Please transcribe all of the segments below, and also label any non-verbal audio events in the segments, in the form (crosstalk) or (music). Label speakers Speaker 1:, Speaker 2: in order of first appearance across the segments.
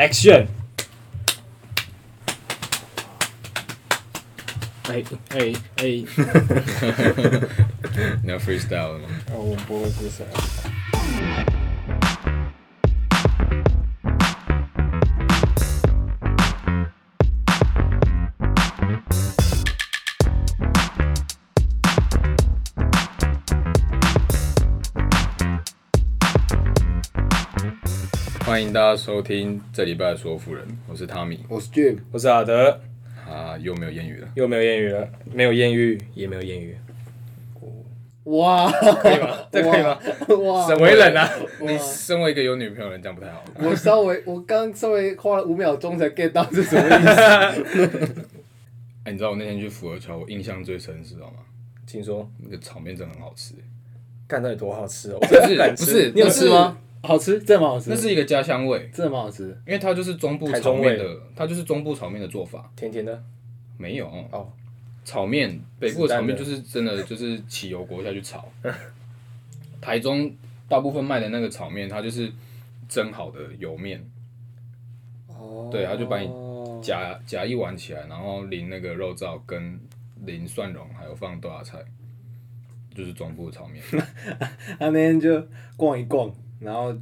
Speaker 1: Action！
Speaker 2: 哎哎哎，
Speaker 3: 你要 freestyle 了吗？
Speaker 1: 哦，我不会是谁。
Speaker 3: 欢迎大家收听这礼拜的说服人，我是汤米。
Speaker 4: 我是 Jim，
Speaker 1: 我是阿德，
Speaker 3: 啊，又没有谚语了，
Speaker 1: 又没有艳遇了，没有艳遇，也没有艳遇，
Speaker 4: 哇，
Speaker 3: 可以吗？这可以吗？
Speaker 4: 哇，
Speaker 1: 哦
Speaker 3: 身为人啊，
Speaker 4: 哇
Speaker 3: 你身为一个有女朋友的人，这样不太好。
Speaker 4: 我稍微，我刚稍微花了五秒钟才 get 到是什么意思。
Speaker 3: 哎，你知道我那天去福和桥，我印象最深是知道吗？
Speaker 1: 请说。
Speaker 3: 那个炒面真的很好吃，
Speaker 1: 干到底多好吃哦！
Speaker 3: 不是
Speaker 1: 我敢吃
Speaker 3: 不是
Speaker 1: 你有
Speaker 3: 那是
Speaker 1: 吃吗？
Speaker 4: 好吃，真的蛮好吃
Speaker 3: 那是一个家乡味，
Speaker 4: 真的蛮好吃。
Speaker 3: 因为它就是中部
Speaker 1: 台
Speaker 3: 炒
Speaker 1: 中
Speaker 3: 面
Speaker 1: 味
Speaker 3: 的，它就是中部炒面的做法。
Speaker 1: 甜甜的，
Speaker 3: 没有
Speaker 1: 哦，
Speaker 3: 炒面北部的炒面
Speaker 1: 子
Speaker 3: 就
Speaker 1: 弹
Speaker 3: 是真的 (laughs) 就是起油锅下去炒。台中大部分卖的那个炒面，它就是蒸好的油面，
Speaker 4: 哦
Speaker 3: 对他就把你夹夹一碗起来，然后淋那个肉燥跟淋蒜蓉，还有放豆芽菜，就是中部炒
Speaker 4: (laughs)
Speaker 3: 面。
Speaker 4: 他那天就逛一逛，然后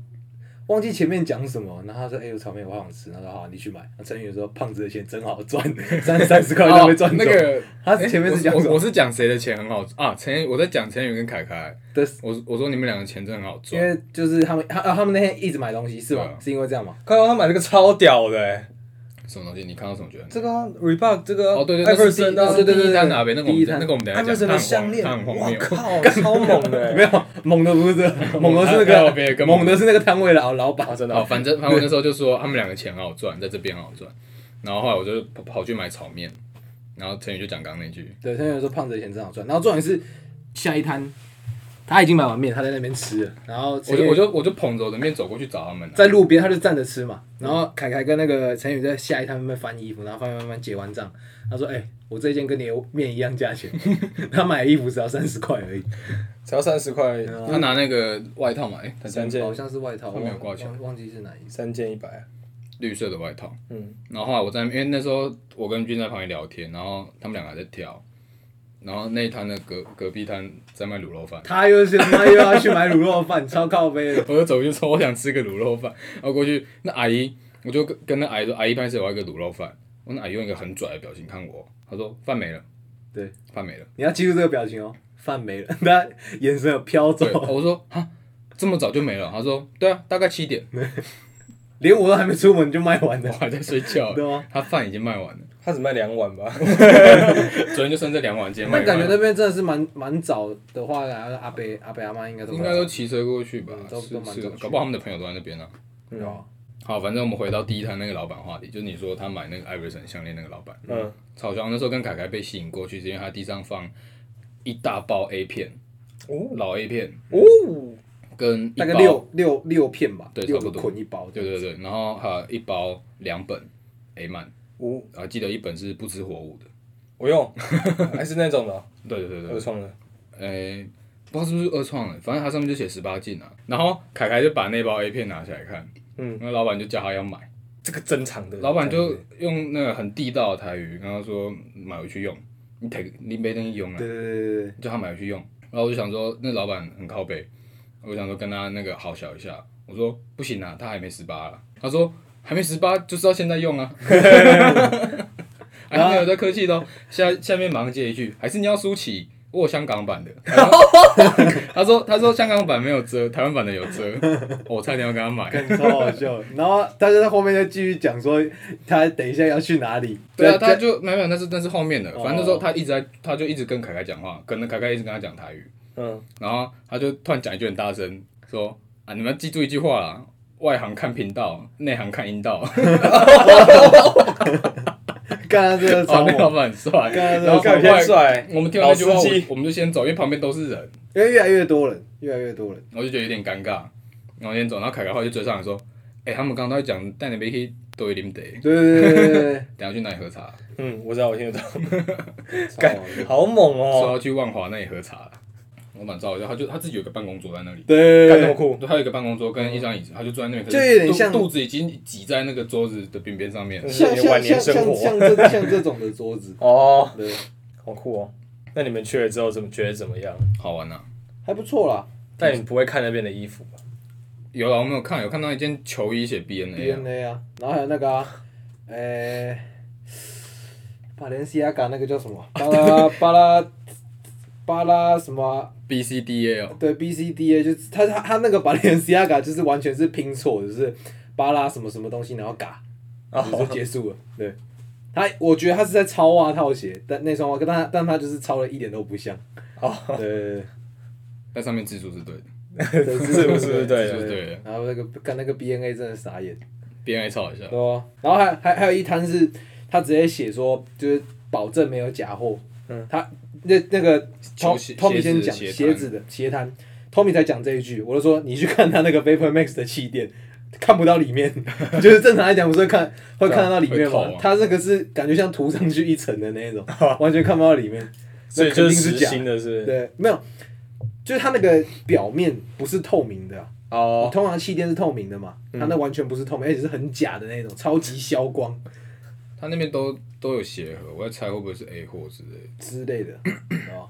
Speaker 4: 忘记前面讲什么，然后他说：“哎、有炒面，我好想吃。”他说：“好，你去买。”然后陈宇说：“胖子的钱真好赚，三三十块就会赚走。
Speaker 3: 哦那个
Speaker 4: 他前面是讲
Speaker 3: 我
Speaker 4: 什
Speaker 3: 我我
Speaker 4: 么？
Speaker 3: 是讲谁的钱很好啊？陈彦我在讲陈宇跟凯凯，
Speaker 4: 的
Speaker 3: 我我说你们两个钱真的很好
Speaker 4: 因
Speaker 3: 赚，
Speaker 4: 为就是他们，他啊他们那天一直买东西是
Speaker 3: 对
Speaker 4: 吗
Speaker 3: 啊？
Speaker 4: 是因为这样吗？
Speaker 1: 看到他买这个超屌的欸，
Speaker 3: 什么东西？你看到什么觉得很？
Speaker 1: 这个啊 Reebok 这个啊
Speaker 3: 哦对对，
Speaker 1: 艾
Speaker 3: 那
Speaker 1: 弗
Speaker 3: 是第
Speaker 1: 森
Speaker 3: 那
Speaker 1: 啊，
Speaker 3: 是第
Speaker 4: 对对
Speaker 3: 一
Speaker 4: 对
Speaker 3: 单啊，别那个我
Speaker 4: 第
Speaker 3: 们
Speaker 4: 一
Speaker 3: 那
Speaker 4: 单
Speaker 3: 个我们等一
Speaker 1: 艾
Speaker 3: 下
Speaker 1: 弗森
Speaker 3: 讲，
Speaker 1: 的
Speaker 3: 它
Speaker 1: 项
Speaker 3: 很
Speaker 1: 链，
Speaker 3: 荒它很荒
Speaker 1: 我
Speaker 3: 谬。
Speaker 1: 靠，超猛的欸，
Speaker 4: (laughs) 没有，猛的不是这
Speaker 3: (laughs)
Speaker 4: 个，猛的是那
Speaker 3: 还有
Speaker 4: 个
Speaker 3: 别的更猛
Speaker 4: 猛的是那个摊位老老
Speaker 1: 啊
Speaker 4: 板，
Speaker 1: 真的
Speaker 3: 哦，
Speaker 1: 啊，
Speaker 3: 反正反正我那时候就说他们两个钱很好赚，在这边很好赚。然后后来我就跑跑去买炒面，然后陈宇就讲刚刚那句，
Speaker 4: 对，他有说胖子的钱真好赚。然后重点是下一摊，他已经买完面，他在那边吃了，然后
Speaker 3: 我
Speaker 4: 陈
Speaker 3: 就
Speaker 4: 宇
Speaker 3: 我就我就捧着我的面走过去找他们啊、
Speaker 4: 在路边，他就站着吃嘛。然后凯凯跟那个陈宇在下一摊慢慢翻衣服，然后翻翻翻翻结完账，他说：“哎、我这件跟你的面一样
Speaker 3: (laughs)
Speaker 4: 价钱，他买的衣服只要三十块而已，
Speaker 1: 才要三十块，
Speaker 3: 他拿那个外套嘛，哎、他
Speaker 1: 三件
Speaker 4: 好像是外套，
Speaker 3: 他没有挂起来
Speaker 4: 忘忘记是哪一件。
Speaker 1: 三件一百，啊
Speaker 3: 绿色的外套。
Speaker 1: 嗯，
Speaker 3: 然后后来我在，因为那时候我跟君在旁边聊天，然后他们两个还在挑，然后那一摊的隔隔壁摊在卖卤肉饭，
Speaker 4: 他又是他又要去买卤肉饭， (laughs) 超靠背的。
Speaker 3: 我就走过去说我想吃个卤肉饭，然后过去那阿姨，我就跟跟那阿姨说，阿姨拍摄我要一个卤肉饭，我那阿姨用一个很拽的表情看我，她说饭没了，
Speaker 4: 对，
Speaker 3: 饭没了。
Speaker 4: 你要记住这个表情哦，饭没了，他眼神有飘
Speaker 3: 对，
Speaker 4: 走，
Speaker 3: 我说啊，这么早就没了？他说对啊，大概七点，
Speaker 4: 连我都还没出门就卖完
Speaker 3: 我
Speaker 4: 了，
Speaker 3: 还在睡觉。
Speaker 4: 对吗？
Speaker 3: 他饭已经卖完了，
Speaker 1: 他只卖两碗吧，
Speaker 3: 昨天就剩这两碗，今天卖
Speaker 4: 那
Speaker 3: 完
Speaker 4: 感觉那边真的是蛮蛮早的话，然后阿伯阿伯阿妈应该都
Speaker 3: 应该都骑车过去吧
Speaker 4: 嗯？都
Speaker 3: 是
Speaker 4: 都蛮
Speaker 3: 是
Speaker 4: 早，去
Speaker 3: 搞不好他们的朋友都在那边呢、啊
Speaker 1: 嗯
Speaker 4: 有
Speaker 3: 好，反正我们回到第一摊那个老板话题，就是你说他买那个艾瑞森项链那个老板，
Speaker 1: 嗯，
Speaker 3: 草香那时候跟凯凯被吸引过去，是因为他地上放一大包 A 片，
Speaker 1: 哦
Speaker 3: 老 A 片
Speaker 1: 哦，
Speaker 3: 跟一
Speaker 4: 大概
Speaker 3: 包
Speaker 4: 六六六片吧，
Speaker 3: 对
Speaker 4: 六
Speaker 3: 差
Speaker 4: 个
Speaker 3: 不多
Speaker 4: 捆一包，
Speaker 3: 对对对，然后还有一包两本 A 漫，
Speaker 1: 哦，
Speaker 3: 啊，记得一本是不知火舞的，
Speaker 1: 我用， (laughs) 还是那种的哦
Speaker 3: 对对对对
Speaker 1: 二，创的，
Speaker 3: 诶、哎不知道是不是二创的，反正它上面就写十八禁啊。然后凯凯就把那包 A 片拿起来看，
Speaker 1: 嗯，
Speaker 3: 那老板就叫他要买，
Speaker 1: 这个珍藏的，
Speaker 3: 老板就用那个很地道的台语跟他说买回去用，你得你没东西用啊
Speaker 4: 对，对对对对，
Speaker 3: 叫他买回去用。然后我就想说，那老板很靠北，我想说跟他那个好小一下，我说不行啊，他还没十八了。他说还没十八就是要现在用啊。哎，他没有在客气的哦，下下面马上接一句，还是你要舒淇，我有香港版的。然后他说他说香港版没有遮，台湾版的有遮，我差点要跟他买。
Speaker 4: 干超好笑。然后他就在后面就继续讲说，他等一下要去哪里。
Speaker 3: 对啊，
Speaker 4: 在
Speaker 3: 他
Speaker 4: 在
Speaker 3: 就没有没有，那是那是后面的，反正那时候
Speaker 4: 哦
Speaker 3: 他一直在，他就一直跟凯凯讲话，可能凯凯一直跟他讲台语，
Speaker 1: 嗯，
Speaker 3: 然后他就突然讲一句很大声，说：“啊，你们要记住一句话啦，外行看频道，内行看阴道。
Speaker 4: 干他
Speaker 3: (laughs)
Speaker 4: 这”个
Speaker 3: 哇，
Speaker 4: 超
Speaker 3: 哦那老
Speaker 4: 猛，
Speaker 3: 板很帅，
Speaker 4: (laughs) 干
Speaker 3: 然后
Speaker 1: 看
Speaker 3: 后来
Speaker 1: 偏帅，
Speaker 3: 我们听完那句话，
Speaker 1: 老司
Speaker 3: 我
Speaker 1: 机
Speaker 3: 我们就先走，因为旁边都是人，
Speaker 4: 因为越来越多人，越来越多人，
Speaker 3: 我就觉得有点尴尬。然后先走，然后凯凯后来就追上来说：“哎、他们刚刚都在讲带你们去多一点得，
Speaker 4: 对对对对对对
Speaker 3: 等下去那里喝茶，
Speaker 1: 嗯，我知道，我听得到，
Speaker 4: 对，超好
Speaker 1: 干
Speaker 4: 笑
Speaker 1: 好猛
Speaker 3: 说
Speaker 1: 哦，
Speaker 3: 要去万华那里喝茶。我蛮照一下，他就他自己有一个办公桌在那里，
Speaker 1: 干那么
Speaker 4: 对，
Speaker 1: 酷，
Speaker 3: 他有一个办公桌跟一张椅子，他就坐在那边，可
Speaker 4: 嗯就是有点
Speaker 3: 肚
Speaker 4: 像嗯
Speaker 3: 肚子已经挤在那个桌子的边边上面。
Speaker 4: 像像
Speaker 1: 晚年
Speaker 4: 像
Speaker 1: 生活
Speaker 4: 像像这像这种的桌子，
Speaker 1: 哦，
Speaker 4: 对，
Speaker 1: 好酷哦。那你们去了之后怎么觉得怎么样？
Speaker 3: 好玩呐、啊！
Speaker 4: 还不错啦。
Speaker 1: 但你不会看那边的衣服吧？
Speaker 3: 有啊，我没有看，有看到一件球衣写 BNA，啊
Speaker 4: DNA 啊，然后还有那个、啊，呃、巴伦西亚港那个叫什么？啊巴拉巴拉巴拉什么啊？
Speaker 3: BCDA 哦，
Speaker 4: 对，B C D A 就是他他他那个巴伦西亚港就是完全是拼错，就是巴拉什么什么东西，然后嘎，
Speaker 1: 哦
Speaker 4: 然后就结束了。对，他我觉得他是在抄袜套鞋，但那双袜，但他但他就是抄的一点都不像。
Speaker 1: 哦，
Speaker 4: 对，
Speaker 3: 在上面字数是对的
Speaker 4: 对 (laughs) 对
Speaker 1: 是不是对
Speaker 4: (laughs)
Speaker 3: 的
Speaker 4: 对
Speaker 3: 对的
Speaker 4: 然后那个看那个 B N A 真的傻眼。
Speaker 3: ，BNA 抄一下，
Speaker 4: 对啊，然后还还还有一摊是，他直接写说就是保证没有假货。
Speaker 1: 嗯，
Speaker 4: 他那那个
Speaker 3: 球鞋
Speaker 4: Tom Tommy 先讲
Speaker 3: 鞋子
Speaker 4: 鞋子的鞋摊，Tommy 才讲这一句，我就说你去看他那个 Vapor Max 的气垫，看不到里面， (laughs) 就是正常来讲不是会看会看得到里面
Speaker 3: 会
Speaker 4: 吗
Speaker 3: 透啊？
Speaker 4: 他这个是感觉像涂上去一层的那种，完全看不到里面。
Speaker 1: 所以
Speaker 4: 那
Speaker 1: 就
Speaker 4: 肯定
Speaker 1: 是
Speaker 4: 是
Speaker 1: 实
Speaker 4: 假
Speaker 1: 心的是不是
Speaker 4: 对，没有，就是它那个表面不是透明的啊、
Speaker 1: 哦，
Speaker 4: 通常气垫是透明的嘛，它那完全不是透明，而且是很假的那种，超级消光。
Speaker 3: 他那边都都有鞋盒，我在猜会不会是 A 货之类的。
Speaker 4: 之类 (coughs) 的，啊，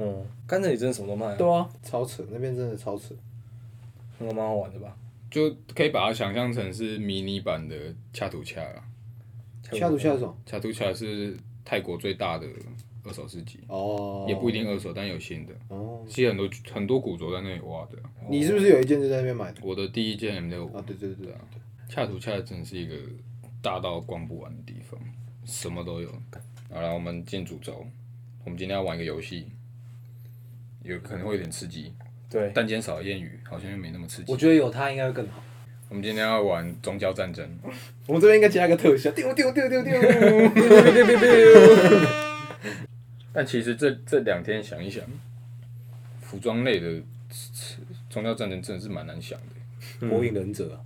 Speaker 1: 嗯，干这里真的什么都卖啊，
Speaker 4: 对啊，超扯，那边真的超扯，
Speaker 1: 那蛮好玩的吧？
Speaker 3: 就可以把它想象成是迷你版的恰图恰啦。
Speaker 4: 下毒下爽
Speaker 3: 恰图恰是泰国最大的二手市集，
Speaker 4: 哦，
Speaker 3: 也不一定二手，但有新的。
Speaker 4: 哦。
Speaker 3: 其实很多很多古着在那里挖的啊。
Speaker 4: 你是不是有一件就在那边买的？
Speaker 3: 我的第一件 M 六
Speaker 4: 啊，对对对对，
Speaker 3: 恰图恰真是一个大到逛不完的地方，什么都有。好了，我们进主轴，我们今天要玩一个游戏，有可能会有点刺激，
Speaker 1: 对，
Speaker 3: 但今天少了谚语，好像又没那么刺激。
Speaker 4: 我觉得有它应该会更好。
Speaker 3: 我们今天要玩宗教战争，
Speaker 4: 我们这边应该加一个特效，丢丢丢 (laughs) 丢丢。
Speaker 3: 但其实这这两天想一想，服装类的刺宗教战争真的是蛮难想的。
Speaker 4: 火影忍者啊，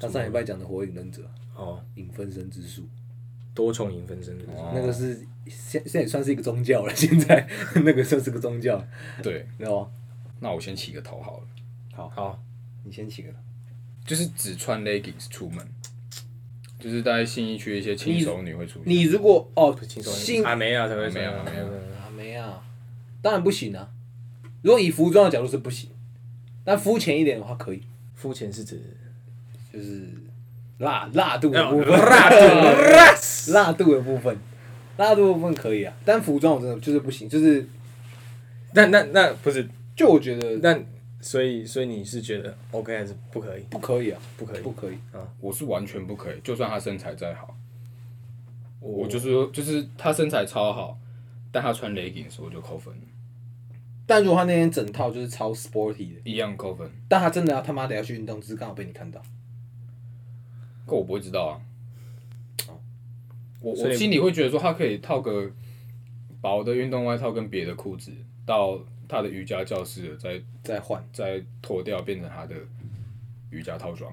Speaker 4: 他上礼拜讲的火影忍者啊，
Speaker 1: 哦，
Speaker 4: 影分身之术，
Speaker 1: 多重影分身是不是
Speaker 3: 哦
Speaker 4: 那个是现现在也算是一个宗教了，现在 (laughs) 那个算是个宗教，
Speaker 3: 对，
Speaker 4: 知道吗？
Speaker 3: 那我先起个头好了，
Speaker 1: 好，
Speaker 4: 你先起个头，
Speaker 3: 就是只穿 leggings 出门，就是大概信义区一些轻熟女会出现。
Speaker 4: 你如果哦
Speaker 1: 不，轻松一
Speaker 4: 信
Speaker 1: 点，阿梅亚才会
Speaker 3: 阿梅亚
Speaker 1: 这样
Speaker 3: 阿梅亚
Speaker 1: 对
Speaker 4: 啊，没啊，当然不行啊。如果以服装的角度是不行，但肤浅一点的话可以，
Speaker 1: 肤浅是指
Speaker 4: 就是辣辣度
Speaker 1: 哎
Speaker 4: 的部分，
Speaker 1: (laughs)
Speaker 4: (laughs)
Speaker 1: 辣的辣死，
Speaker 4: 辣度的部分，辣度的部分可以啊。但服装我真的就是不行，就是
Speaker 1: 那那那不是
Speaker 4: 就我觉得
Speaker 1: 那，所以所以你是觉得 OK 还是不可以？
Speaker 4: 不可以啊，
Speaker 1: 不可以
Speaker 4: 不可以。
Speaker 3: 我是完全不可以，就算她身材再好，我就是就是她身材超好，但她穿 leggings 我就扣分，
Speaker 4: 但如果他那天整套就是超 sporty 的，
Speaker 3: 一样扣分。
Speaker 4: 但他真的要他妈的要去运动，只是刚好被你看到，
Speaker 3: 可我不会知道啊，我
Speaker 1: 哦所以
Speaker 3: 我心里会觉得说她可以套个薄的运动外套跟别的裤子到她的瑜伽教室，再
Speaker 4: 再换。
Speaker 3: 再脱掉变成她的瑜伽套装。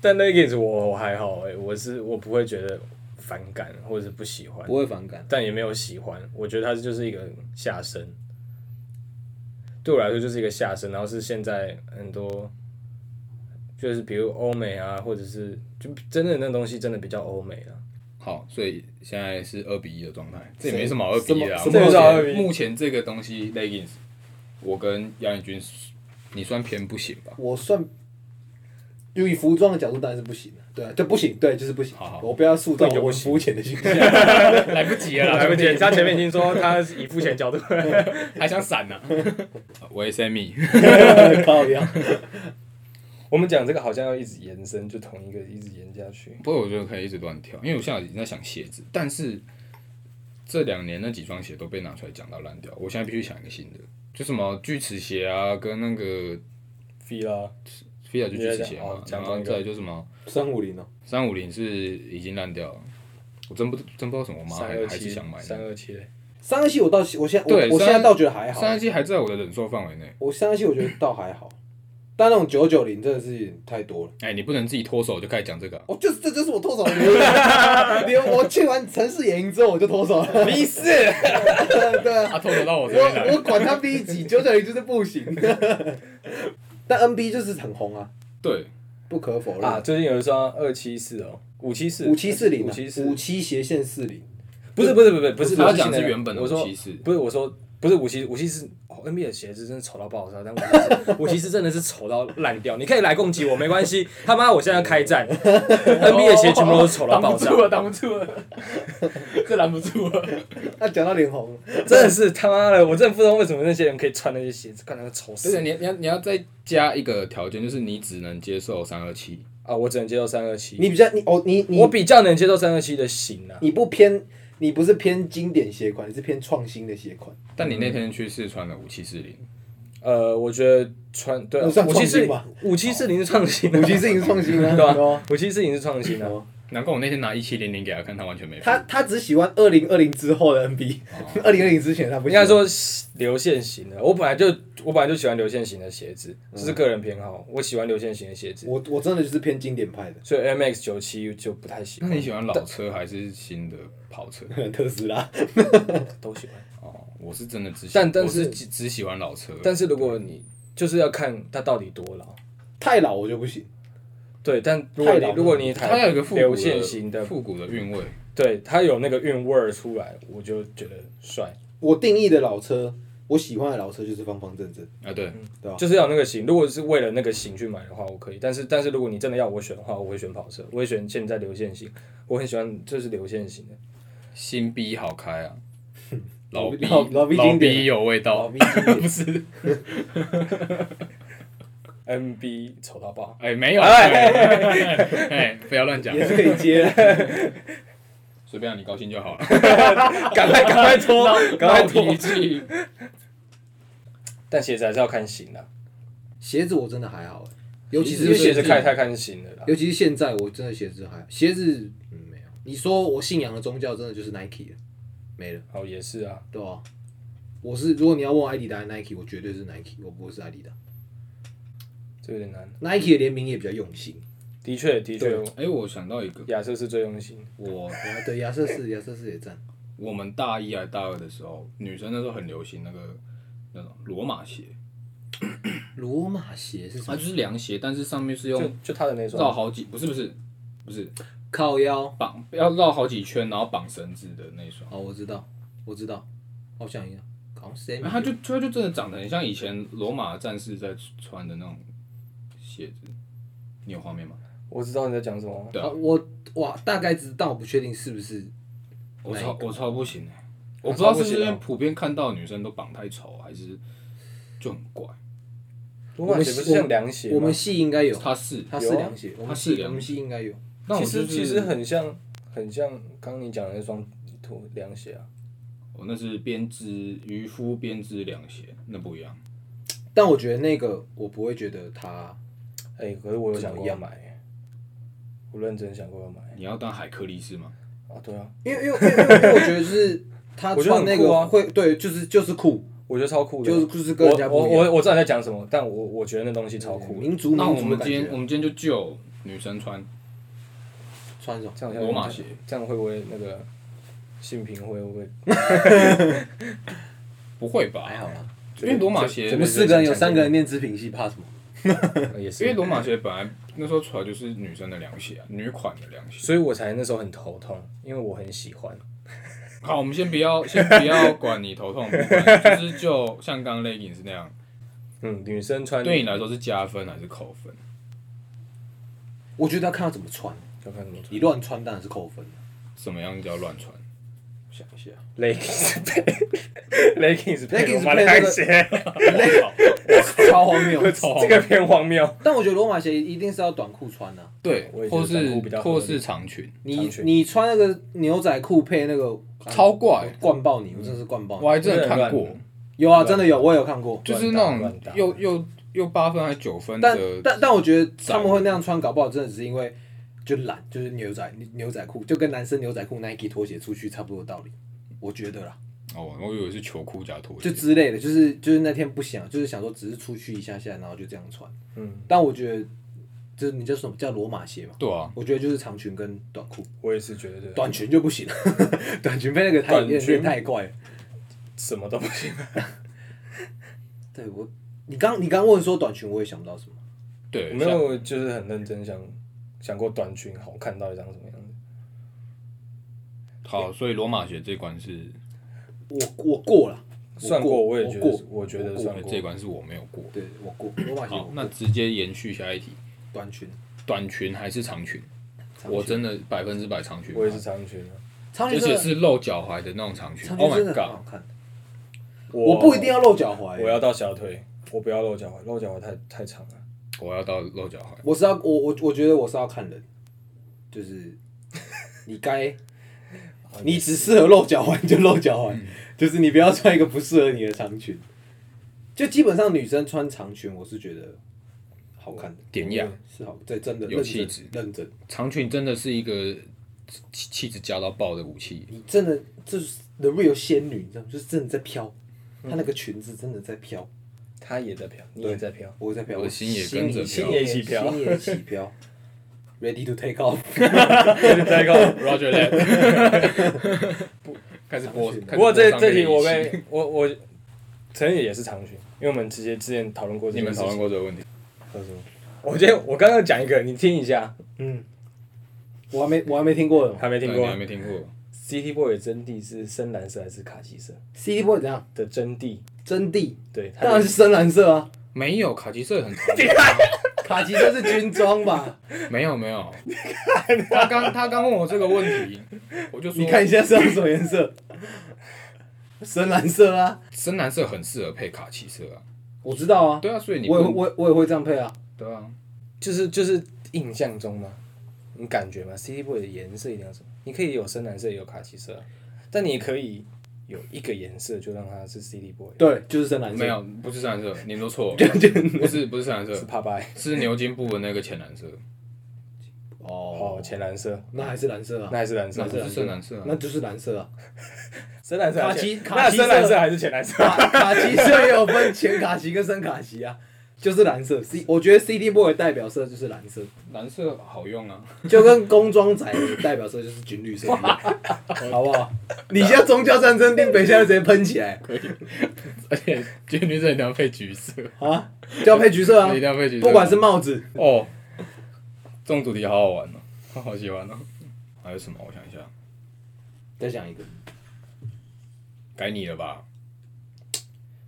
Speaker 1: 但 leggings 我我还好哎、我是我不会觉得反感或者是不喜欢
Speaker 4: 不，会反感，
Speaker 1: 但也没有喜欢。我觉得它就是一个下身，对我来说就是一个下身。然后是现在很多，就是比如欧美啊，或者是就真的那东西真的比较欧美了、
Speaker 3: 好，所以现在是二比一的状态，这也没什么二比一的、啊。
Speaker 4: 什
Speaker 1: 什
Speaker 4: 么
Speaker 1: 么
Speaker 3: 目
Speaker 1: 叫二比
Speaker 3: 前
Speaker 1: 一
Speaker 3: 目前这个东西 leggings，我跟杨宇君，你算偏不行吧？
Speaker 4: 我算。就以服装的角度当然是不行的，对啊，这不行，对，就是不行。
Speaker 3: 好好
Speaker 4: 我不要塑造
Speaker 1: 不行
Speaker 4: 我
Speaker 1: 不行
Speaker 4: 肤浅的形
Speaker 3: (laughs)
Speaker 4: 象。
Speaker 3: 来不及
Speaker 1: (laughs) 来不及，他前面已经说他是以肤浅角度， (laughs)
Speaker 3: 还想闪啊呢、喂，Sammy，
Speaker 4: 靠腰。
Speaker 1: 我们讲这个好像要一直延伸，就同一个一直延下去。
Speaker 3: 不过我觉得可以一直乱跳，因为我现在已经在想鞋子，但是这两年那几双鞋都被拿出来讲到烂掉，我现在必须想一个新的，就什么锯齿鞋啊，跟那个
Speaker 1: feel 啊，
Speaker 3: fila 就锯齿鞋
Speaker 1: 哦
Speaker 3: 嘛，
Speaker 1: 讲
Speaker 3: 然
Speaker 1: 同
Speaker 3: 后
Speaker 1: 一个
Speaker 3: 再来就什么
Speaker 4: 三五零哦，
Speaker 3: 三五零是已经烂掉了，我真不真不知道为什么，我妈
Speaker 1: 三
Speaker 3: 还
Speaker 1: 二
Speaker 3: 还
Speaker 1: 七
Speaker 3: 是想买
Speaker 1: 三
Speaker 3: 的。
Speaker 1: 二七嘞，
Speaker 4: 三二七我倒是，我现在我
Speaker 3: 对
Speaker 4: 我现
Speaker 3: 哎三
Speaker 4: 在倒觉得还好
Speaker 3: 三，十七还在我的忍受范围内，
Speaker 4: 我三二七我觉得倒还好，但那种九九零真的是有点太多了。
Speaker 3: 哎、你不能自己脱手就开始讲这个啊、
Speaker 4: 我就是这就是我脱手的原因，连我去完城市野营之后我就脱手了。 (laughs)
Speaker 3: 你
Speaker 1: (laughs)
Speaker 3: 是
Speaker 4: 对啊，
Speaker 3: 啊，脱手到我这边
Speaker 4: 我
Speaker 3: 来。
Speaker 4: 我管他 B 几，九九零就是不行。 (laughs) 但 NB 就是很红啊，
Speaker 3: 对，
Speaker 4: 不可否
Speaker 1: 啊，
Speaker 4: 认。
Speaker 1: 最近有一双二七四哦，五七四，
Speaker 4: 五七四零，啊
Speaker 1: 五
Speaker 4: 五
Speaker 1: 七
Speaker 4: 七
Speaker 1: 四，
Speaker 4: 斜线四零，
Speaker 1: 不是不是不是不是，
Speaker 3: 他
Speaker 1: 不是
Speaker 3: 讲
Speaker 1: 现在
Speaker 3: 是原本的
Speaker 1: 我说
Speaker 3: 574
Speaker 1: 不是我说不是五七五七四哦，NBA 的鞋子真的丑到爆炸，但五七四五七四真的是丑到烂掉。你可以来攻击我没关系，他妈我现在要开
Speaker 4: (laughs)
Speaker 1: 战，NBA 的鞋全部都是丑到爆炸，
Speaker 3: 了，挡不住了，
Speaker 1: (laughs)
Speaker 3: 这拦不住了。
Speaker 4: 那讲到脸红，
Speaker 1: 真的是他妈的，我真的不知道为什么那些人可以穿那些鞋子，看那个丑
Speaker 3: 对
Speaker 1: 死
Speaker 3: 的，你你要你要再加一个条件，就是你只能接受三二七。
Speaker 1: 啊！我只能接受三二七，
Speaker 4: 你比较你哦你你
Speaker 1: 我比较能接受三二七的型啊。
Speaker 4: 你不偏，你不是偏经典鞋款，你是偏创新的鞋款。
Speaker 3: 但你那天去试穿了五七四零，
Speaker 1: 呃，我觉得穿对啊
Speaker 4: 那算
Speaker 1: 五七
Speaker 4: 创
Speaker 1: 四
Speaker 4: 新吧
Speaker 1: 五七四零是创新的，
Speaker 4: 五七四零是创新
Speaker 1: (laughs)
Speaker 4: 啊，
Speaker 1: 对
Speaker 4: (laughs) 哦
Speaker 1: 吧？五七四零是创新的。啊
Speaker 3: 难怪我那天拿一七零零给他看，他完全没。
Speaker 4: 他他只喜欢二零二零之后的 NB，二零二零之前他不啊
Speaker 1: 我
Speaker 4: 喜
Speaker 1: 哦应该
Speaker 4: 欢
Speaker 1: 说流线型的，我本来就我本来就喜欢流线型的鞋子，
Speaker 4: 嗯
Speaker 1: 这是个人偏好，我喜欢流线型的鞋子，
Speaker 4: 我我真的就是偏经典派的
Speaker 1: 所以 M X 九七就不太喜
Speaker 3: 那
Speaker 1: 欢，
Speaker 3: 你喜欢老车还是新的跑车？
Speaker 4: (laughs) 特斯拉。
Speaker 1: 都喜欢。
Speaker 3: 哦，我是真的只喜，
Speaker 1: 但但
Speaker 3: 我
Speaker 1: 是
Speaker 3: 是只只喜欢老车。
Speaker 1: 但是如果你就是要看它到底多老，
Speaker 4: 太老我就不行，
Speaker 1: 对，但如果
Speaker 4: 太老
Speaker 1: 你
Speaker 4: 了
Speaker 1: 如果你一
Speaker 3: 它要
Speaker 1: 台
Speaker 3: 有一个复古的
Speaker 1: 流线型的，
Speaker 3: 复古的韵味。
Speaker 1: 对，它有那个韵味儿出来，我就觉得帅，
Speaker 4: 我定义的老车，我喜欢的老车就是方方正正。
Speaker 3: 啊，对，
Speaker 1: 嗯
Speaker 4: 好
Speaker 1: 就是要有那个型。如果是为了那个型去买的话，我可以，但是但是如果你真的要我选的话，我会选跑车，我会选现在流线型，我很喜欢就是流线型的。
Speaker 3: 新 B 好开
Speaker 1: (laughs)
Speaker 3: 啊，老 B
Speaker 4: 老老 B 经典
Speaker 3: 有味道，
Speaker 4: 老 B 经典
Speaker 3: 不是？
Speaker 1: N B 丑到爆，
Speaker 3: 哎，没有，哎，哎不要乱讲，
Speaker 4: 也是可以接
Speaker 1: (laughs)
Speaker 4: 的，
Speaker 3: 随便啊你高兴就好
Speaker 1: (laughs)
Speaker 3: 了。
Speaker 1: 赶快赶快脱，赶快
Speaker 3: 闹
Speaker 1: 脱。
Speaker 3: 脾气。
Speaker 1: 但鞋子还是要看型的，
Speaker 4: 鞋子我真的还好，欸尤其
Speaker 1: 因
Speaker 4: 是
Speaker 1: 为鞋子看太看型了啦。
Speaker 4: 尤其是现在我真的鞋子还好鞋子嗯没有。你说我信仰的宗教真的就是 Nike 了，没了。
Speaker 1: 哦，也是啊，
Speaker 4: 对啊，我是如果你要问我艾迪达还是 Nike，我绝对是 Nike，我不会是艾迪达。
Speaker 1: 这有点难。
Speaker 4: Nike 的联名也比较用心。
Speaker 1: 的确，的确，
Speaker 3: 哎，我想到一个，
Speaker 1: 亚瑟是最用心。
Speaker 3: 我
Speaker 4: 啊，对，亚
Speaker 1: (laughs)
Speaker 4: 瑟士，亚瑟士也赞。
Speaker 3: 我们大一还大二的时候，女生那时候很流行那个那种罗马鞋，
Speaker 4: 罗马鞋是什
Speaker 3: 啊，
Speaker 4: 么？
Speaker 3: 就是凉鞋，但是上面是
Speaker 1: 就
Speaker 3: 用哦
Speaker 1: 就他的那
Speaker 3: 绕
Speaker 1: 双，
Speaker 3: 好几，不是不是不是
Speaker 4: 靠腰。
Speaker 3: 绑，要绕好几圈，然后绑绳子的那双。
Speaker 4: 哦，我知道，我知道。好想一下，好像谁
Speaker 3: 哎？它就它就真的长得很像以前罗马战士在穿的那种鞋子，你有画面吗？
Speaker 1: 我知道你在讲什么。
Speaker 3: 对啊
Speaker 4: 啊我哇，大概知道，但我不确定是不是。
Speaker 3: 我
Speaker 4: 哪一
Speaker 3: 超
Speaker 4: 个
Speaker 3: 我超不行哎、我
Speaker 1: 啊
Speaker 3: 不知道
Speaker 1: 超
Speaker 3: 是
Speaker 1: 不
Speaker 3: 不是
Speaker 1: 行
Speaker 3: 因为
Speaker 1: 啊
Speaker 3: 普遍看到女生都绑太丑，还是就很怪。
Speaker 1: 罗马鞋不是像凉鞋吗
Speaker 4: 我们系应该有，
Speaker 3: 它是，
Speaker 4: 它是
Speaker 1: 有啊
Speaker 4: 凉鞋，我
Speaker 3: 它
Speaker 4: 们
Speaker 3: 是
Speaker 4: 系
Speaker 3: 凉
Speaker 4: 我们系应该有。
Speaker 3: 那
Speaker 1: 其
Speaker 3: 我就
Speaker 1: 实
Speaker 3: 是
Speaker 1: 其实很像很像刚刚你讲的那双拖凉鞋啊。
Speaker 3: 我那是编织渔夫编织凉鞋，那不一样。
Speaker 4: 但我觉得那个我不会觉得它，
Speaker 1: 哎，可是我有想过要买，我认真想过要买。
Speaker 3: 你要当海克力士吗？
Speaker 1: 啊，对啊，
Speaker 4: 因为因为因为 (laughs) 因为我觉得是它
Speaker 1: 我觉得
Speaker 4: 穿
Speaker 1: 很
Speaker 4: 那
Speaker 1: 酷啊
Speaker 4: 个会对，就是就是酷，
Speaker 1: 我觉得超酷的。
Speaker 4: 就是就是跟
Speaker 1: 我
Speaker 4: 人家
Speaker 1: 我
Speaker 4: 不一样。
Speaker 1: 我我知道你在讲什么，但我我觉得那东西超酷的。
Speaker 4: 民族
Speaker 3: 那
Speaker 4: 民
Speaker 3: 我
Speaker 4: 族的
Speaker 3: 们
Speaker 4: 感
Speaker 3: 今天我
Speaker 4: 觉。
Speaker 3: 们今天就就女生穿
Speaker 4: 穿什么？
Speaker 1: 这样好像
Speaker 3: 罗马鞋，
Speaker 1: 这样会不会那个性平会
Speaker 4: (laughs)
Speaker 1: 不会？
Speaker 3: 不会吧？
Speaker 1: 哎
Speaker 4: 哎还好啦。
Speaker 3: 因为罗马鞋，
Speaker 4: 我
Speaker 1: 随
Speaker 4: 们
Speaker 1: 便
Speaker 4: 四个人有三个人念织品系，怕什么？
Speaker 1: 呃也是
Speaker 3: 因为罗马鞋本来那时候出来就是女生的凉鞋、啊，女款的凉鞋。
Speaker 1: 所以我才那时候很头痛，因为我很喜欢。
Speaker 3: 好，我们先不要 (laughs) 先不要管你头痛不管，就是就像刚刚 leggings 那样，
Speaker 1: 嗯，女生穿
Speaker 3: 对你来说是加分还是扣分？
Speaker 4: 我觉得要看他怎么穿，
Speaker 1: 要看什么
Speaker 4: 你乱穿当然是扣分。
Speaker 3: 什么样叫乱穿？
Speaker 4: 想一下
Speaker 1: leggings 配 leggings 配
Speaker 4: Leggings
Speaker 1: 罗马
Speaker 4: 配那个
Speaker 1: 凉鞋，
Speaker 4: 哦超荒
Speaker 1: (laughs)
Speaker 4: 谬。
Speaker 1: 这个偏荒谬。
Speaker 4: 但我觉得罗马鞋一定是要短裤穿的、啊，
Speaker 3: 对
Speaker 1: 我也，觉得短裤
Speaker 3: 或
Speaker 1: 比
Speaker 3: 是
Speaker 1: 较合理
Speaker 3: 或是长裙，
Speaker 4: 你
Speaker 1: 长裙
Speaker 4: 你穿那个牛仔裤配那个啊
Speaker 3: 超
Speaker 1: 哦
Speaker 3: 怪，
Speaker 4: 灌爆你，我真的是灌爆
Speaker 3: 我
Speaker 4: 你。
Speaker 3: 还真的看过，
Speaker 4: 有啊，真的有，我也有看过。
Speaker 3: 就是那种又又又八分还九分
Speaker 4: 但
Speaker 3: 的，
Speaker 4: 但但我觉得他们会那样穿，搞不好真的只是因为就懒，就是牛仔牛仔裤，就跟男生牛仔裤、Nike 拖鞋出去差不多的道理，我觉得啦。
Speaker 3: 哦，我以为是球裤加拖
Speaker 4: 就
Speaker 3: 鞋，
Speaker 4: 之类的，就是就是那天不想，就是想说只是出去一下下，然后就这样穿。
Speaker 1: 嗯，
Speaker 4: 但我觉得，就是你叫什么叫罗马鞋嘛？
Speaker 3: 对啊，
Speaker 4: 我觉得就是长裙跟短裤，
Speaker 1: 我也是觉得
Speaker 4: 短裙就不行， (laughs) 短裙被那个太
Speaker 1: 短裙
Speaker 4: 有点太怪了。
Speaker 1: 什么都不行。
Speaker 4: 对我，你刚你刚问说短裙，我也想不到什么。
Speaker 3: 对，
Speaker 1: 我没有就是很认真想想过短裙好看到底长什么样子。
Speaker 3: 像好，所以罗马鞋这关是
Speaker 4: 我我过了，
Speaker 1: 算
Speaker 4: 过，
Speaker 1: 我也觉
Speaker 4: 我
Speaker 1: 得是，我觉得
Speaker 4: 我
Speaker 1: 算过
Speaker 3: 呃这。关是我没有过。
Speaker 4: 对我过罗马鞋我
Speaker 3: 好，
Speaker 4: 过，
Speaker 3: 那直接延续下一题，
Speaker 4: 短裙。
Speaker 3: 短裙还是长裙？
Speaker 4: 长裙
Speaker 3: 我真的百分之百长裙，
Speaker 1: 我也是长裙啊，
Speaker 4: 长
Speaker 3: 而
Speaker 4: 裙真
Speaker 3: 且
Speaker 4: 的，
Speaker 3: 是露脚踝的那种长裙。
Speaker 4: 长裙
Speaker 3: Oh
Speaker 4: 真
Speaker 3: my
Speaker 4: 的很
Speaker 3: god！
Speaker 4: 好看。
Speaker 1: 我
Speaker 4: 我不一定要露脚踝，
Speaker 1: 我要到小腿，我不要露脚踝，露脚踝太太长了。
Speaker 3: 我要到露脚踝。
Speaker 4: 我是要我我我觉得我是要看人，就是你该，你只适合露脚踝你就露脚踝，就是你不要穿一个不适合你的长裙。就基本上女生穿长裙，我是觉得好看的，
Speaker 3: 典雅
Speaker 4: 是好，这真的
Speaker 3: 有
Speaker 4: 认
Speaker 3: 气
Speaker 4: 真
Speaker 3: 质
Speaker 4: 认真。
Speaker 3: 长裙真的是一个气气质加到爆的武器。
Speaker 4: 你真的就是 the real 仙女，你知道吗？就是真的在飘，她那个裙子真的在飘，
Speaker 1: 他也在飘，你也在 (laughs) 飘。
Speaker 4: 我在飘，
Speaker 3: 我的心也
Speaker 4: 心
Speaker 3: 跟着
Speaker 4: 心
Speaker 3: 飘
Speaker 4: 也
Speaker 1: 心也起飘
Speaker 4: 心也起飘 (laughs) ，ready to take off。
Speaker 1: 再告。
Speaker 3: (laughs) Roger that 开始播。
Speaker 1: 不过这
Speaker 3: 开始播上
Speaker 1: 这题我
Speaker 3: 面一起
Speaker 1: 被我我承认也是长裙，因为我们之前之前讨论过这
Speaker 3: 你
Speaker 1: 件
Speaker 3: 们
Speaker 1: 事
Speaker 3: 讨
Speaker 1: 情。
Speaker 3: 论过这个问题，
Speaker 1: 过什么？我觉得我刚刚讲一个，你听一下，
Speaker 4: 嗯，我还没我还没听过呢。
Speaker 1: 还没听
Speaker 3: 对你
Speaker 1: 过
Speaker 3: 还没听过？
Speaker 1: ？City Boy 的真谛是深蓝色还是卡其色
Speaker 4: CD boy 怎样？
Speaker 1: 的真谛？
Speaker 4: 真谛
Speaker 1: 对，它的
Speaker 4: 当然是深蓝色啊，
Speaker 3: 没有卡其色很长。
Speaker 4: 卡其色是军装吧？
Speaker 3: 没有没有，他刚他刚问我这个问题，我就说
Speaker 4: (laughs) 你看一下是要什么颜色？深蓝色啊，
Speaker 3: 深蓝色很适合配卡其色啊。
Speaker 4: 我知道啊，
Speaker 3: 对啊，所以你
Speaker 4: 我也
Speaker 3: 不
Speaker 4: 我也我也会这样配啊。
Speaker 3: 对啊，
Speaker 1: 就是就是印象中嘛，你感觉嘛，City Boy 的颜色一定要什么？你可以有深蓝色，也有卡其色啊，但你也可以有一个颜色就让它是 City Boy，
Speaker 4: 对，就是深蓝色。
Speaker 3: 没有不是深蓝色，你们都错，不是不是深蓝
Speaker 1: 是
Speaker 3: 色，
Speaker 1: 帕白
Speaker 3: 是牛津布的那个浅蓝色，
Speaker 4: 哦
Speaker 1: 哦，，浅蓝色，
Speaker 4: 那还是蓝色啊
Speaker 1: 那，还是蓝色
Speaker 3: 那，不是深蓝色啊。
Speaker 4: 那就是蓝色啊。
Speaker 1: 深蓝色还是浅，
Speaker 4: 卡
Speaker 1: 那
Speaker 4: 其卡其色
Speaker 1: 深蓝色还是浅蓝色？
Speaker 4: 卡卡其色也有分浅卡其跟深卡其啊，就是蓝色。C 我觉得 CD boy 的代表色就是蓝色，
Speaker 3: 蓝色好用啊，
Speaker 4: 就跟工装仔的代表色就是军绿色一样，好不好？你现在宗教战争定北现在直接喷起来
Speaker 3: 可以， (laughs) 而且军绿色一定要配橘
Speaker 4: (laughs)
Speaker 3: 色，
Speaker 4: 啊，就要配橘色啊
Speaker 3: 一定，要配橘色，
Speaker 4: 不管是帽子，
Speaker 3: 哦，这种主题好好玩哦， (laughs) 我好喜欢哦。还有什么？我想一下，
Speaker 4: 再讲一个，
Speaker 3: 该你了吧？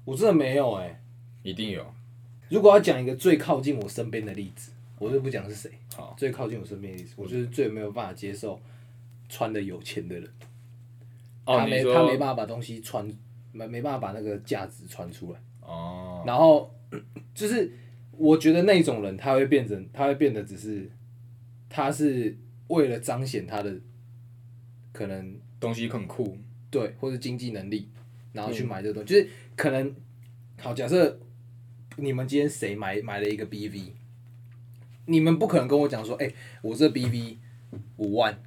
Speaker 4: 我真的没有哎、
Speaker 3: 一定有。
Speaker 4: 如果要讲一个最靠近我身边的例子，我就不讲是谁，
Speaker 3: 好，
Speaker 4: 最靠近我身边的例子，我就是最没有办法接受穿的有钱的人。
Speaker 3: 哦，
Speaker 4: 他
Speaker 3: 你
Speaker 4: 没
Speaker 3: 说
Speaker 4: 他没办法把东西传，没没办法把那个价值传出来。
Speaker 3: 哦，
Speaker 4: 然后 (clears throat) 就是我觉得那种人，他会变成，他会变得只是，他是为了彰显他的可能
Speaker 3: 东西很酷，
Speaker 4: 对或者经济能力，然后去买这个东西，就是可能好假设你们今天谁买买了一个 BV，你们不可能跟我讲说，哎、我这 BV 五万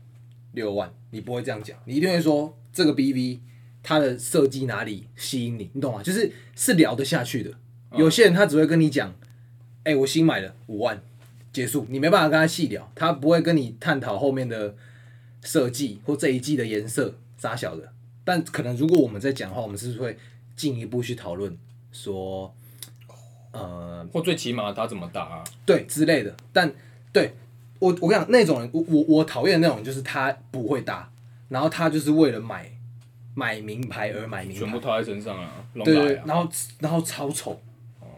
Speaker 4: 六万，你不会这样讲，你一定会说这个 BV 它的设计哪里吸引你，你懂吗？就是是聊得下去的。有些人他只会跟你讲，哎、我新买了五万，结束，你没办法跟他细聊，他不会跟你探讨后面的设计或这一季的颜色啥小的。但可能如果我们在讲的话，我们是会进一步去讨论说，呃，
Speaker 3: 或最起码他怎么打啊、
Speaker 4: 对之类的。但对我，我跟你讲，那种人，我我我讨厌的那种，就是他不会搭，然后他就是为了买买名牌而买名
Speaker 3: 全
Speaker 4: 牌
Speaker 3: 部，套在身上啊，弄
Speaker 4: 对
Speaker 3: 来
Speaker 4: 对，
Speaker 3: 啊，
Speaker 4: 然后然后超丑，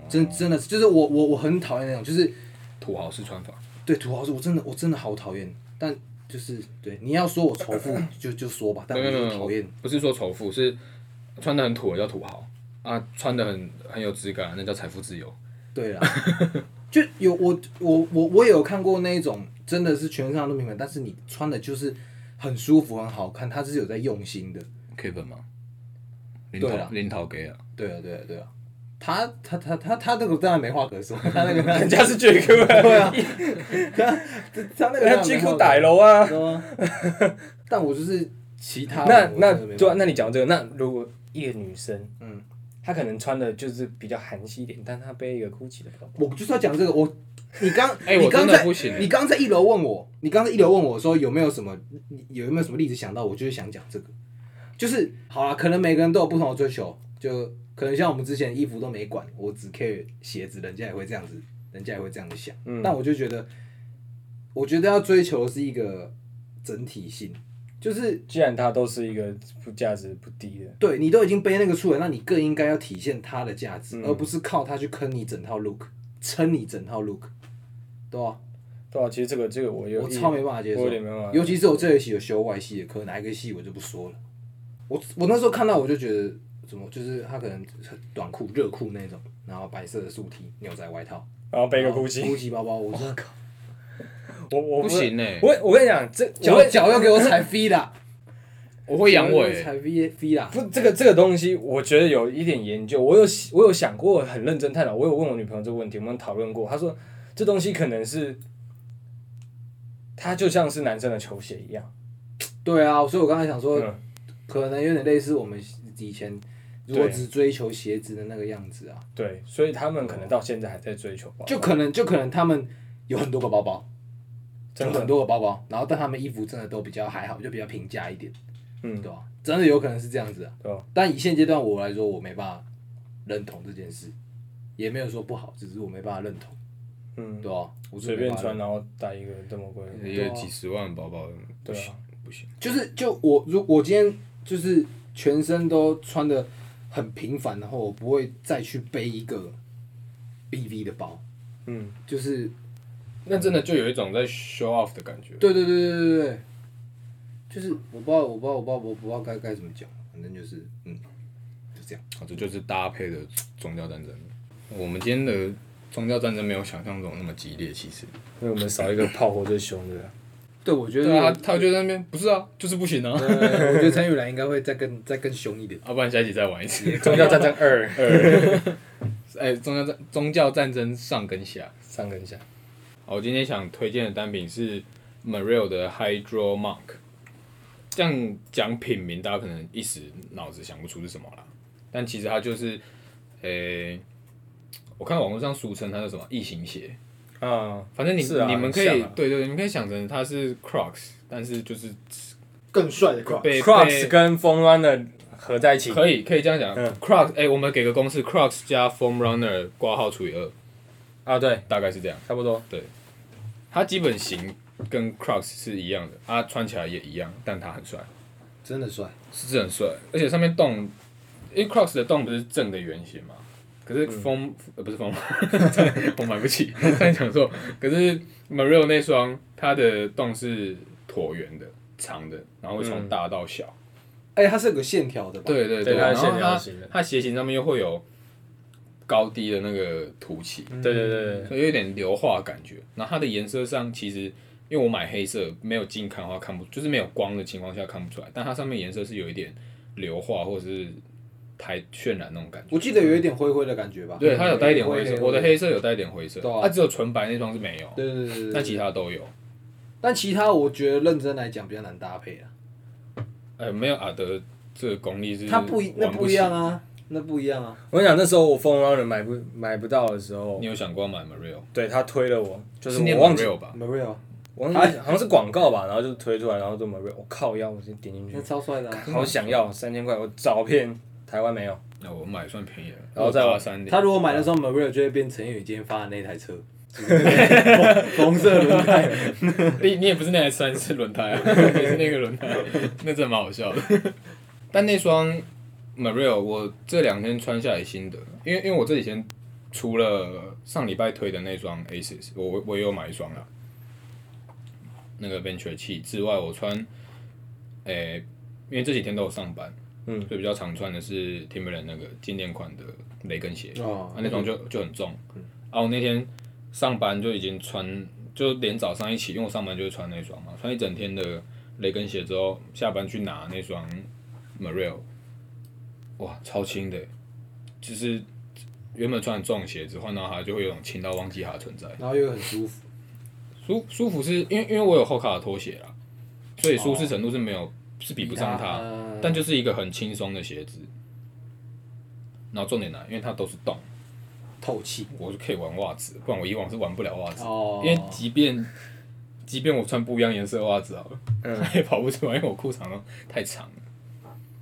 Speaker 4: 真真的是就是我我我很讨厌那种，就是
Speaker 3: 土豪式穿法。
Speaker 4: 对土豪是我真的我真的好讨厌，但。就是对，你要说我仇富就就说吧，但
Speaker 3: 没
Speaker 4: 我
Speaker 3: 有没
Speaker 4: 就
Speaker 3: 有，
Speaker 4: 是讨厌。
Speaker 3: 不是说仇富，是穿的很土的叫土豪啊，穿的很很有质感，那叫财富自由。
Speaker 4: 对啦， (laughs) 就有我我我我也有看过那一种，真的是全身上都名牌，但是你穿的就是很舒服、很好看，他是有在用心的。
Speaker 3: Kevin 吗？林
Speaker 4: 对
Speaker 3: 桃
Speaker 4: 啊
Speaker 3: 林桃给啊，
Speaker 4: 对啊，对啊，对啊。他他他他他那个当然没话可说，他那个当然
Speaker 1: 人家 (laughs) 是 GQ，
Speaker 4: 对啊，他他那个
Speaker 1: 人家 GQ 歹楼啊。
Speaker 4: (laughs) 了。但我就是其他
Speaker 1: 那
Speaker 4: 人我真的没
Speaker 1: 那啊
Speaker 4: 办法
Speaker 1: 对啊，那你讲到这个，那如果一个女生，嗯，她可能穿的就是比较韩系一点，但她背一个 GUCCI 的包包，
Speaker 4: 我就是要讲这个，我 (laughs) 你刚
Speaker 3: 哎
Speaker 4: 你
Speaker 3: 我
Speaker 4: 刚
Speaker 3: 真的
Speaker 4: 在
Speaker 3: 不行哎
Speaker 4: 你刚在一楼问我，你刚在一楼问我说有没有什么有没有什么例子想到，我就是想讲这个，就是好了，可能每个人都有不同的追求，就可能像我们之前衣服都没管，我只 care 鞋子，人家也会这样子，人家也会这样子想，但我就觉得，我觉得要追求的是一个整体性，就是
Speaker 1: 既然她都是一个不价值不低的，
Speaker 4: 对你都已经背那个出来，那你更应该要体现它的价
Speaker 3: 嗯
Speaker 4: 值，而不是靠它去坑你整套 look，撑你整套 look，对吧、
Speaker 1: 对啊，其实这个这个我有
Speaker 4: 我
Speaker 1: 一
Speaker 4: 超没办法接受，
Speaker 1: 我有点没办法
Speaker 4: 尤其是我这学期有修外系的课，哪一个系我就不说了。我我那时候看到我就觉得，怎么就是他可能短裤、热裤那种，然后白色的素 T、牛仔外套，
Speaker 1: 然后背个
Speaker 4: 然后
Speaker 1: GUCCI，
Speaker 4: GUCCI 包包，我真的靠，
Speaker 1: 我我
Speaker 3: 不行欸
Speaker 1: 我我跟你讲，这我
Speaker 4: 脚
Speaker 1: 会
Speaker 4: 脚要给我踩
Speaker 1: (laughs)
Speaker 4: V 啦，
Speaker 3: 我欸会阳
Speaker 4: 我
Speaker 3: 痿，
Speaker 4: 踩 V V 啦，
Speaker 1: 不，这个这个东西，我觉得有一点研究，我有我有想过，很认真探讨，我有问我女朋友这个问题，我们讨论过，她说这东西可能是，它就像是男生的球鞋一样，
Speaker 4: 对啊，所以我刚才想说，
Speaker 1: 嗯
Speaker 4: 可能有点类似我们以前如果
Speaker 1: 对
Speaker 4: 只追求鞋子的那个样子啊，
Speaker 1: 对，所以他们可能到现在还在追求吧，
Speaker 4: 就可能就可能他们有很多个包包，
Speaker 1: 真
Speaker 4: 有
Speaker 1: 的
Speaker 4: 很多个包包，然后但他们衣服真的都比较还好，就比较平价一点，
Speaker 1: 嗯
Speaker 4: 对吧、真的有可能是这样子啊，
Speaker 1: 对吧
Speaker 4: 但以现阶段我来说，我没办法认同这件事，也没有说不好，只是我没办法认同，
Speaker 1: 嗯，
Speaker 4: 对吧、我真
Speaker 1: 随
Speaker 4: 的没
Speaker 1: 便
Speaker 4: 办法认
Speaker 1: 穿，然后带一个这么贵，
Speaker 3: 也有几十万包包，不
Speaker 1: 对
Speaker 3: 行
Speaker 1: 啊，
Speaker 3: 不行，
Speaker 4: 就是就我如我今天就是全身都穿的很平凡，然后我不会再去背一个 BV 的包，
Speaker 1: 嗯，
Speaker 4: 就是
Speaker 3: 那真的就有一种在 show off 的感觉。
Speaker 4: 对对对对对对对，就是我不知道我不知道我不知道我不知道该该怎么讲，反正就是嗯，就这样。
Speaker 3: 好哦这就是搭配的宗教战争。我们今天的宗教战争没有想象中那么激烈，其实。
Speaker 1: 因为我们少一个炮火最凶的 (laughs) 啊，
Speaker 4: 对，我觉
Speaker 3: 对啊，
Speaker 4: 得 (laughs)
Speaker 3: 他就在那边不是啊，就是不行啊。
Speaker 4: 呃我觉得陈宇然应该会再更再更凶一点。
Speaker 3: 要不然下一集再玩一 (laughs) 次。
Speaker 1: 宗教战争 (laughs) 二
Speaker 3: 哎，宗教战宗教战争上跟下。
Speaker 1: 上跟下，
Speaker 3: 好我今天想推荐的单品是 Mario 的 Hydro Monk。这样讲品名，大家可能一时脑子想不出是什么啦。但其实它就是，诶、我看网络上俗称它是什么异形鞋，
Speaker 1: 啊，
Speaker 3: 反正你、
Speaker 1: 是啊
Speaker 3: 你们可以、
Speaker 1: 很像啊
Speaker 3: 对对，对你们可以想成它是 Crocs，但是就是
Speaker 5: 更帅的 Crocs，
Speaker 3: 被
Speaker 1: 啊 Crocs
Speaker 3: 被
Speaker 1: 跟风 Runner 合在一起，
Speaker 3: 可以可以这样讲、
Speaker 1: 嗯
Speaker 3: Crocs，哎、我们给个公式 Crocs 加 Foam Runner 挂号除以二，
Speaker 1: 啊，对，
Speaker 3: 大概是这样。
Speaker 1: 差不多，
Speaker 3: 它基本型跟 Crocs 是一样的，它穿起来也一样，但它很帅，
Speaker 4: 真的帅，
Speaker 3: 是真的很帅。而且上面洞，因为 Crocs 的洞不是正的圆形嘛，可是风、呃不是风， (laughs) 我买不起，刚讲错。可是 Mario 那双，它的洞是椭圆的、长的，然后会从大到小。
Speaker 4: 哎，它是有个线条的吧？，
Speaker 3: 对对
Speaker 1: 对它
Speaker 3: 然
Speaker 1: 是
Speaker 3: 后
Speaker 1: 线条
Speaker 3: 它
Speaker 1: 型的
Speaker 3: 它鞋型上面又会有高低的那个凸起，
Speaker 1: 对对对对，
Speaker 3: 所以有点硫化的感觉。然后它的颜色上，其实因为我买黑色，没有近看的话看不，就是没有光的情况下看不出来，但它上面颜色是有一点硫化或者是苔渲染那种感觉。
Speaker 4: 我记得有一点灰灰的感觉吧？
Speaker 3: 对，它有带一点灰色，我的
Speaker 4: 对
Speaker 3: 黑色有带一点灰色，
Speaker 4: 对啊
Speaker 3: 它只有纯白那双是没有，
Speaker 4: 对对对对对，
Speaker 3: 但其他都有。
Speaker 4: 但其他我觉得认真来讲比较难搭配啊。
Speaker 3: 呃，没有阿德这个功力是
Speaker 4: 它不一那
Speaker 3: 玩不
Speaker 4: 嗯不一样
Speaker 3: 啊。
Speaker 4: 啊，那不一样啊。
Speaker 1: 我跟你讲，那时候我风 Runner 买不买不到的时候
Speaker 3: 你，有想过买 Mario？
Speaker 1: 对他推了我，就是
Speaker 3: 是念
Speaker 1: 我忘记
Speaker 3: Mario 吧？
Speaker 4: Mario，
Speaker 1: 我忘记好像是广告吧，然后就推出来，然后就 Mario，我靠腰，我先点进
Speaker 4: 那
Speaker 1: 去，
Speaker 4: 超帅的、啊。
Speaker 1: 好想要三千块，我找遍台湾没有，
Speaker 3: 那我买算便宜了，
Speaker 1: 然后再
Speaker 3: 我打三点。
Speaker 4: 他如果买的时候 Mario 就会变陈宇今天发的那台车， (laughs) 红色轮胎。
Speaker 3: (laughs) 你你也不是那台三是轮胎啊， (laughs) 也是那个轮胎， (laughs) 那真的蛮好笑的。但那双 Mario 我这两天穿下来新的，因为因为我这几天除了上礼拜推的那双 Aces，我我我也有买一双啦，那个 Venture 七之外，我穿，诶、因为这几天都有上班，
Speaker 1: 嗯
Speaker 3: 所以比较常穿的是 Timberland 那个纪念款的雷根鞋，
Speaker 4: 哦
Speaker 3: 啊，那双就就很重。啊，我那天上班就已经穿，就连早上一起，因为我上班就会穿那双嘛，穿一整天的雷根鞋之后，下班去拿那双 Mario，哇，超轻的，就是原本穿很重的鞋子，换到它就会有种轻到忘记它的存在。
Speaker 4: 然后又很舒服。
Speaker 3: 舒舒服是因为因为我有后卡的拖鞋啦，所以舒适程度是没有、是比不上它，
Speaker 4: 嗯
Speaker 3: 但就是一个很轻松的鞋子，然后重点呢、因为它都是洞，
Speaker 4: 透气
Speaker 3: 我就可以玩袜子，不然我以往是玩不了袜子，
Speaker 4: 哦
Speaker 3: 因为即便即便我穿不一样颜色的袜子好了，
Speaker 1: 嗯
Speaker 3: 它也跑不出来，因为我裤长太长了。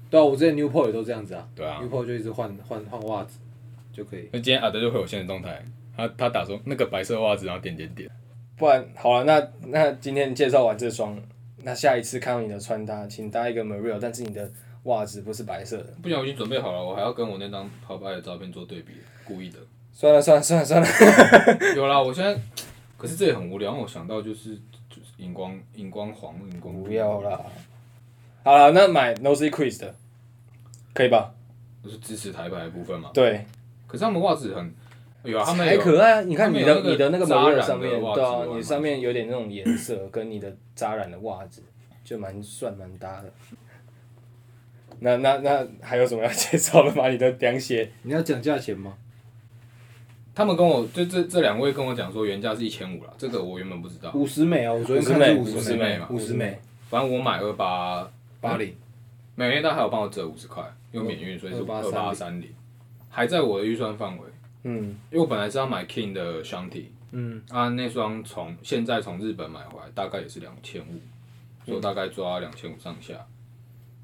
Speaker 4: 对啊，我之前 Newport 也都这样子啊
Speaker 3: 对
Speaker 1: 嗯
Speaker 3: 啊
Speaker 4: ，Newport 就一直换换换袜子就可以。
Speaker 3: 那今天阿德就回我现实动态，他他打说那个白色袜子，然后点点点，
Speaker 1: 不然好了，那那今天介绍完这双，那下一次看到你的穿搭，请搭一个 Mario，但是你的袜子不是白色的。
Speaker 3: 不行，我已经准备好了，我还要跟我那张跑拍的照片做对比，故意的。
Speaker 1: 算了算了算了算了，
Speaker 3: 有啦，我现在，可是这也很无聊，让我想到就是就是荧光荧光黄荧光
Speaker 1: 不要啦。好了，那买 Nosy Quiz 的，可以吧？
Speaker 3: 就是支持台牌的部分嘛。
Speaker 1: 对，
Speaker 3: 可是他们袜子很有啊，他们
Speaker 1: 还
Speaker 3: 有
Speaker 1: 可爱啊。你看
Speaker 3: 他们
Speaker 1: 你
Speaker 3: 有
Speaker 1: 的
Speaker 3: 那个
Speaker 1: 你的那个
Speaker 3: 扎
Speaker 1: Mario
Speaker 3: 染
Speaker 1: 上面
Speaker 3: 的，袜子
Speaker 1: 对啊
Speaker 3: 我，还
Speaker 1: 你
Speaker 3: 蛮
Speaker 1: 上面有点那种颜色，跟你的扎染的袜子就蛮算蛮搭的。那那那还有什么要介绍的吗？你的凉鞋
Speaker 4: 你要讲价钱吗？
Speaker 3: 他们跟我就这这两位跟我讲说原价是一千五啦，这个我原本不知道，
Speaker 4: 五十美啊，我昨天看
Speaker 1: 美
Speaker 4: 是
Speaker 1: 五
Speaker 4: 十
Speaker 1: 十
Speaker 3: 美
Speaker 1: 美
Speaker 3: 嘛
Speaker 4: 五十美，
Speaker 3: 反正我买二八，
Speaker 4: 八零。
Speaker 3: 美元他还有帮我折五十块，因为免运，所以是二八三零，还在我的预算范围。
Speaker 1: 嗯。
Speaker 3: 因为我本来是要买 King 的 Shanty，
Speaker 4: 嗯，
Speaker 3: 啊，那双从现在从日本买回来大概也是两千五，所以我大概抓两千五上下。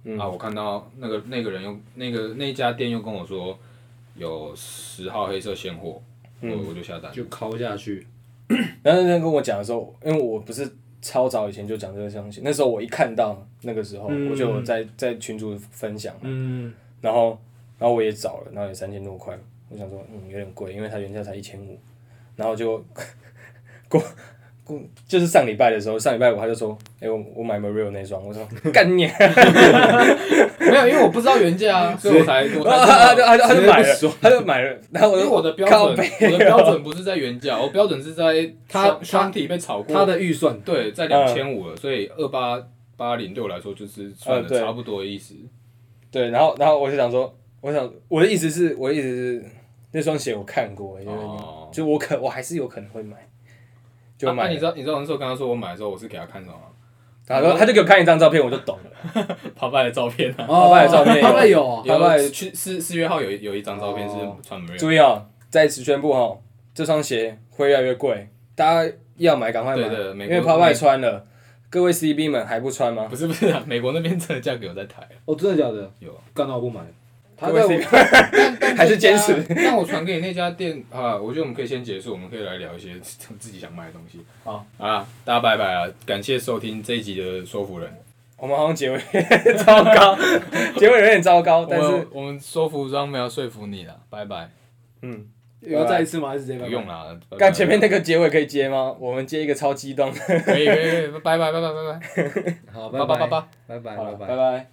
Speaker 1: 嗯
Speaker 3: 啊，我看到那个那个人又那个那家店又跟我说有十号黑色现货，我、我就下单。
Speaker 4: 就敲下去。
Speaker 1: 然后那天跟我讲的时候，因为我不是超早以前就讲这个东西，那时候我一看到那个时候，
Speaker 4: 嗯
Speaker 1: 我就有在在群组分享嘛，
Speaker 4: 嗯，
Speaker 1: 然后然后我也找了，然后也三千多块，我想说嗯有点贵，因为它原价才一千五，然后就 (laughs) 过过就是上礼拜的时候，上礼拜五他就说，哎、我我买 Mario 那双，
Speaker 3: (laughs)
Speaker 1: 我说干你、啊，
Speaker 3: 没有，因为我不知道原价 (laughs) 啊，所以我才我才
Speaker 1: (laughs) 他
Speaker 3: 知
Speaker 1: 就
Speaker 3: 道
Speaker 1: 他就他就买了
Speaker 4: 直接不爽，
Speaker 1: 他就买了，然后
Speaker 3: 因
Speaker 1: 我
Speaker 3: 为
Speaker 1: 就
Speaker 3: 我的标
Speaker 1: 靠啊
Speaker 3: 准，我的标准不是在原价，我标准是在
Speaker 4: 他
Speaker 3: 双双体被炒过，
Speaker 4: 他的预算
Speaker 3: 对，
Speaker 1: 嗯
Speaker 3: 在两千五了，所以二八八零对我来说就是算
Speaker 1: 嗯
Speaker 3: 的
Speaker 1: 对
Speaker 3: 差不多的意思。
Speaker 1: 对，然后然后我就想说，我想我的意思是，我的意思是那双鞋我看过，因为、
Speaker 3: 哦
Speaker 1: 就我可我还是有可能会买，就
Speaker 3: 啊啊
Speaker 1: 买
Speaker 3: 你
Speaker 1: 了。
Speaker 3: 知道你知道我那时候跟他说我买的时候，我是给他看什么吗？ (laughs)
Speaker 1: 他说他就给我看一张照片，我就懂了。
Speaker 3: 跑拜的照片啊，
Speaker 4: 哦
Speaker 1: 拜的照片有
Speaker 4: 八拜有哦，
Speaker 1: 跑拜
Speaker 3: 有去四四月号有有一张照片是
Speaker 4: 哦
Speaker 3: 穿没有，
Speaker 1: 注意哦，在此宣布哦，这双鞋会越来越贵，大家要买赶快买，
Speaker 3: 对的美
Speaker 1: 因
Speaker 3: 国
Speaker 1: 为跑外穿了，各位 CB 们还不穿吗
Speaker 3: 不？是不是啊，美国那边真的价格有在抬啊，
Speaker 4: 哦，真的假的？
Speaker 3: 有啊。
Speaker 4: 干到我不买。他
Speaker 1: 各
Speaker 4: 在
Speaker 1: 位
Speaker 4: 我
Speaker 1: CB 还是坚持。
Speaker 3: (laughs) 那我传给你那家店啊，我觉得我们可以先结束，我们可以来聊一些自己想买的东西。
Speaker 1: 好
Speaker 3: 啊，大家拜拜啊！感谢收听这一集的说服人，
Speaker 1: (laughs) 我们好像结尾糟糕，结尾有点糟糕，但
Speaker 3: 我
Speaker 1: 是
Speaker 3: 们我们说服装没有说服你了，拜拜，
Speaker 1: 嗯，
Speaker 4: 有要再一次吗？还是直接拜
Speaker 3: 不
Speaker 4: 拜
Speaker 3: 用啦。拜拜
Speaker 1: 刚前面那个结尾可以接吗？我们接一个超激动的，
Speaker 3: 可以可以可以，拜拜拜拜拜拜
Speaker 1: (laughs)
Speaker 4: 好，
Speaker 3: 八八八八。
Speaker 4: 拜拜，
Speaker 1: 好
Speaker 4: 拜
Speaker 1: 了
Speaker 4: 拜，
Speaker 1: 拜。拜。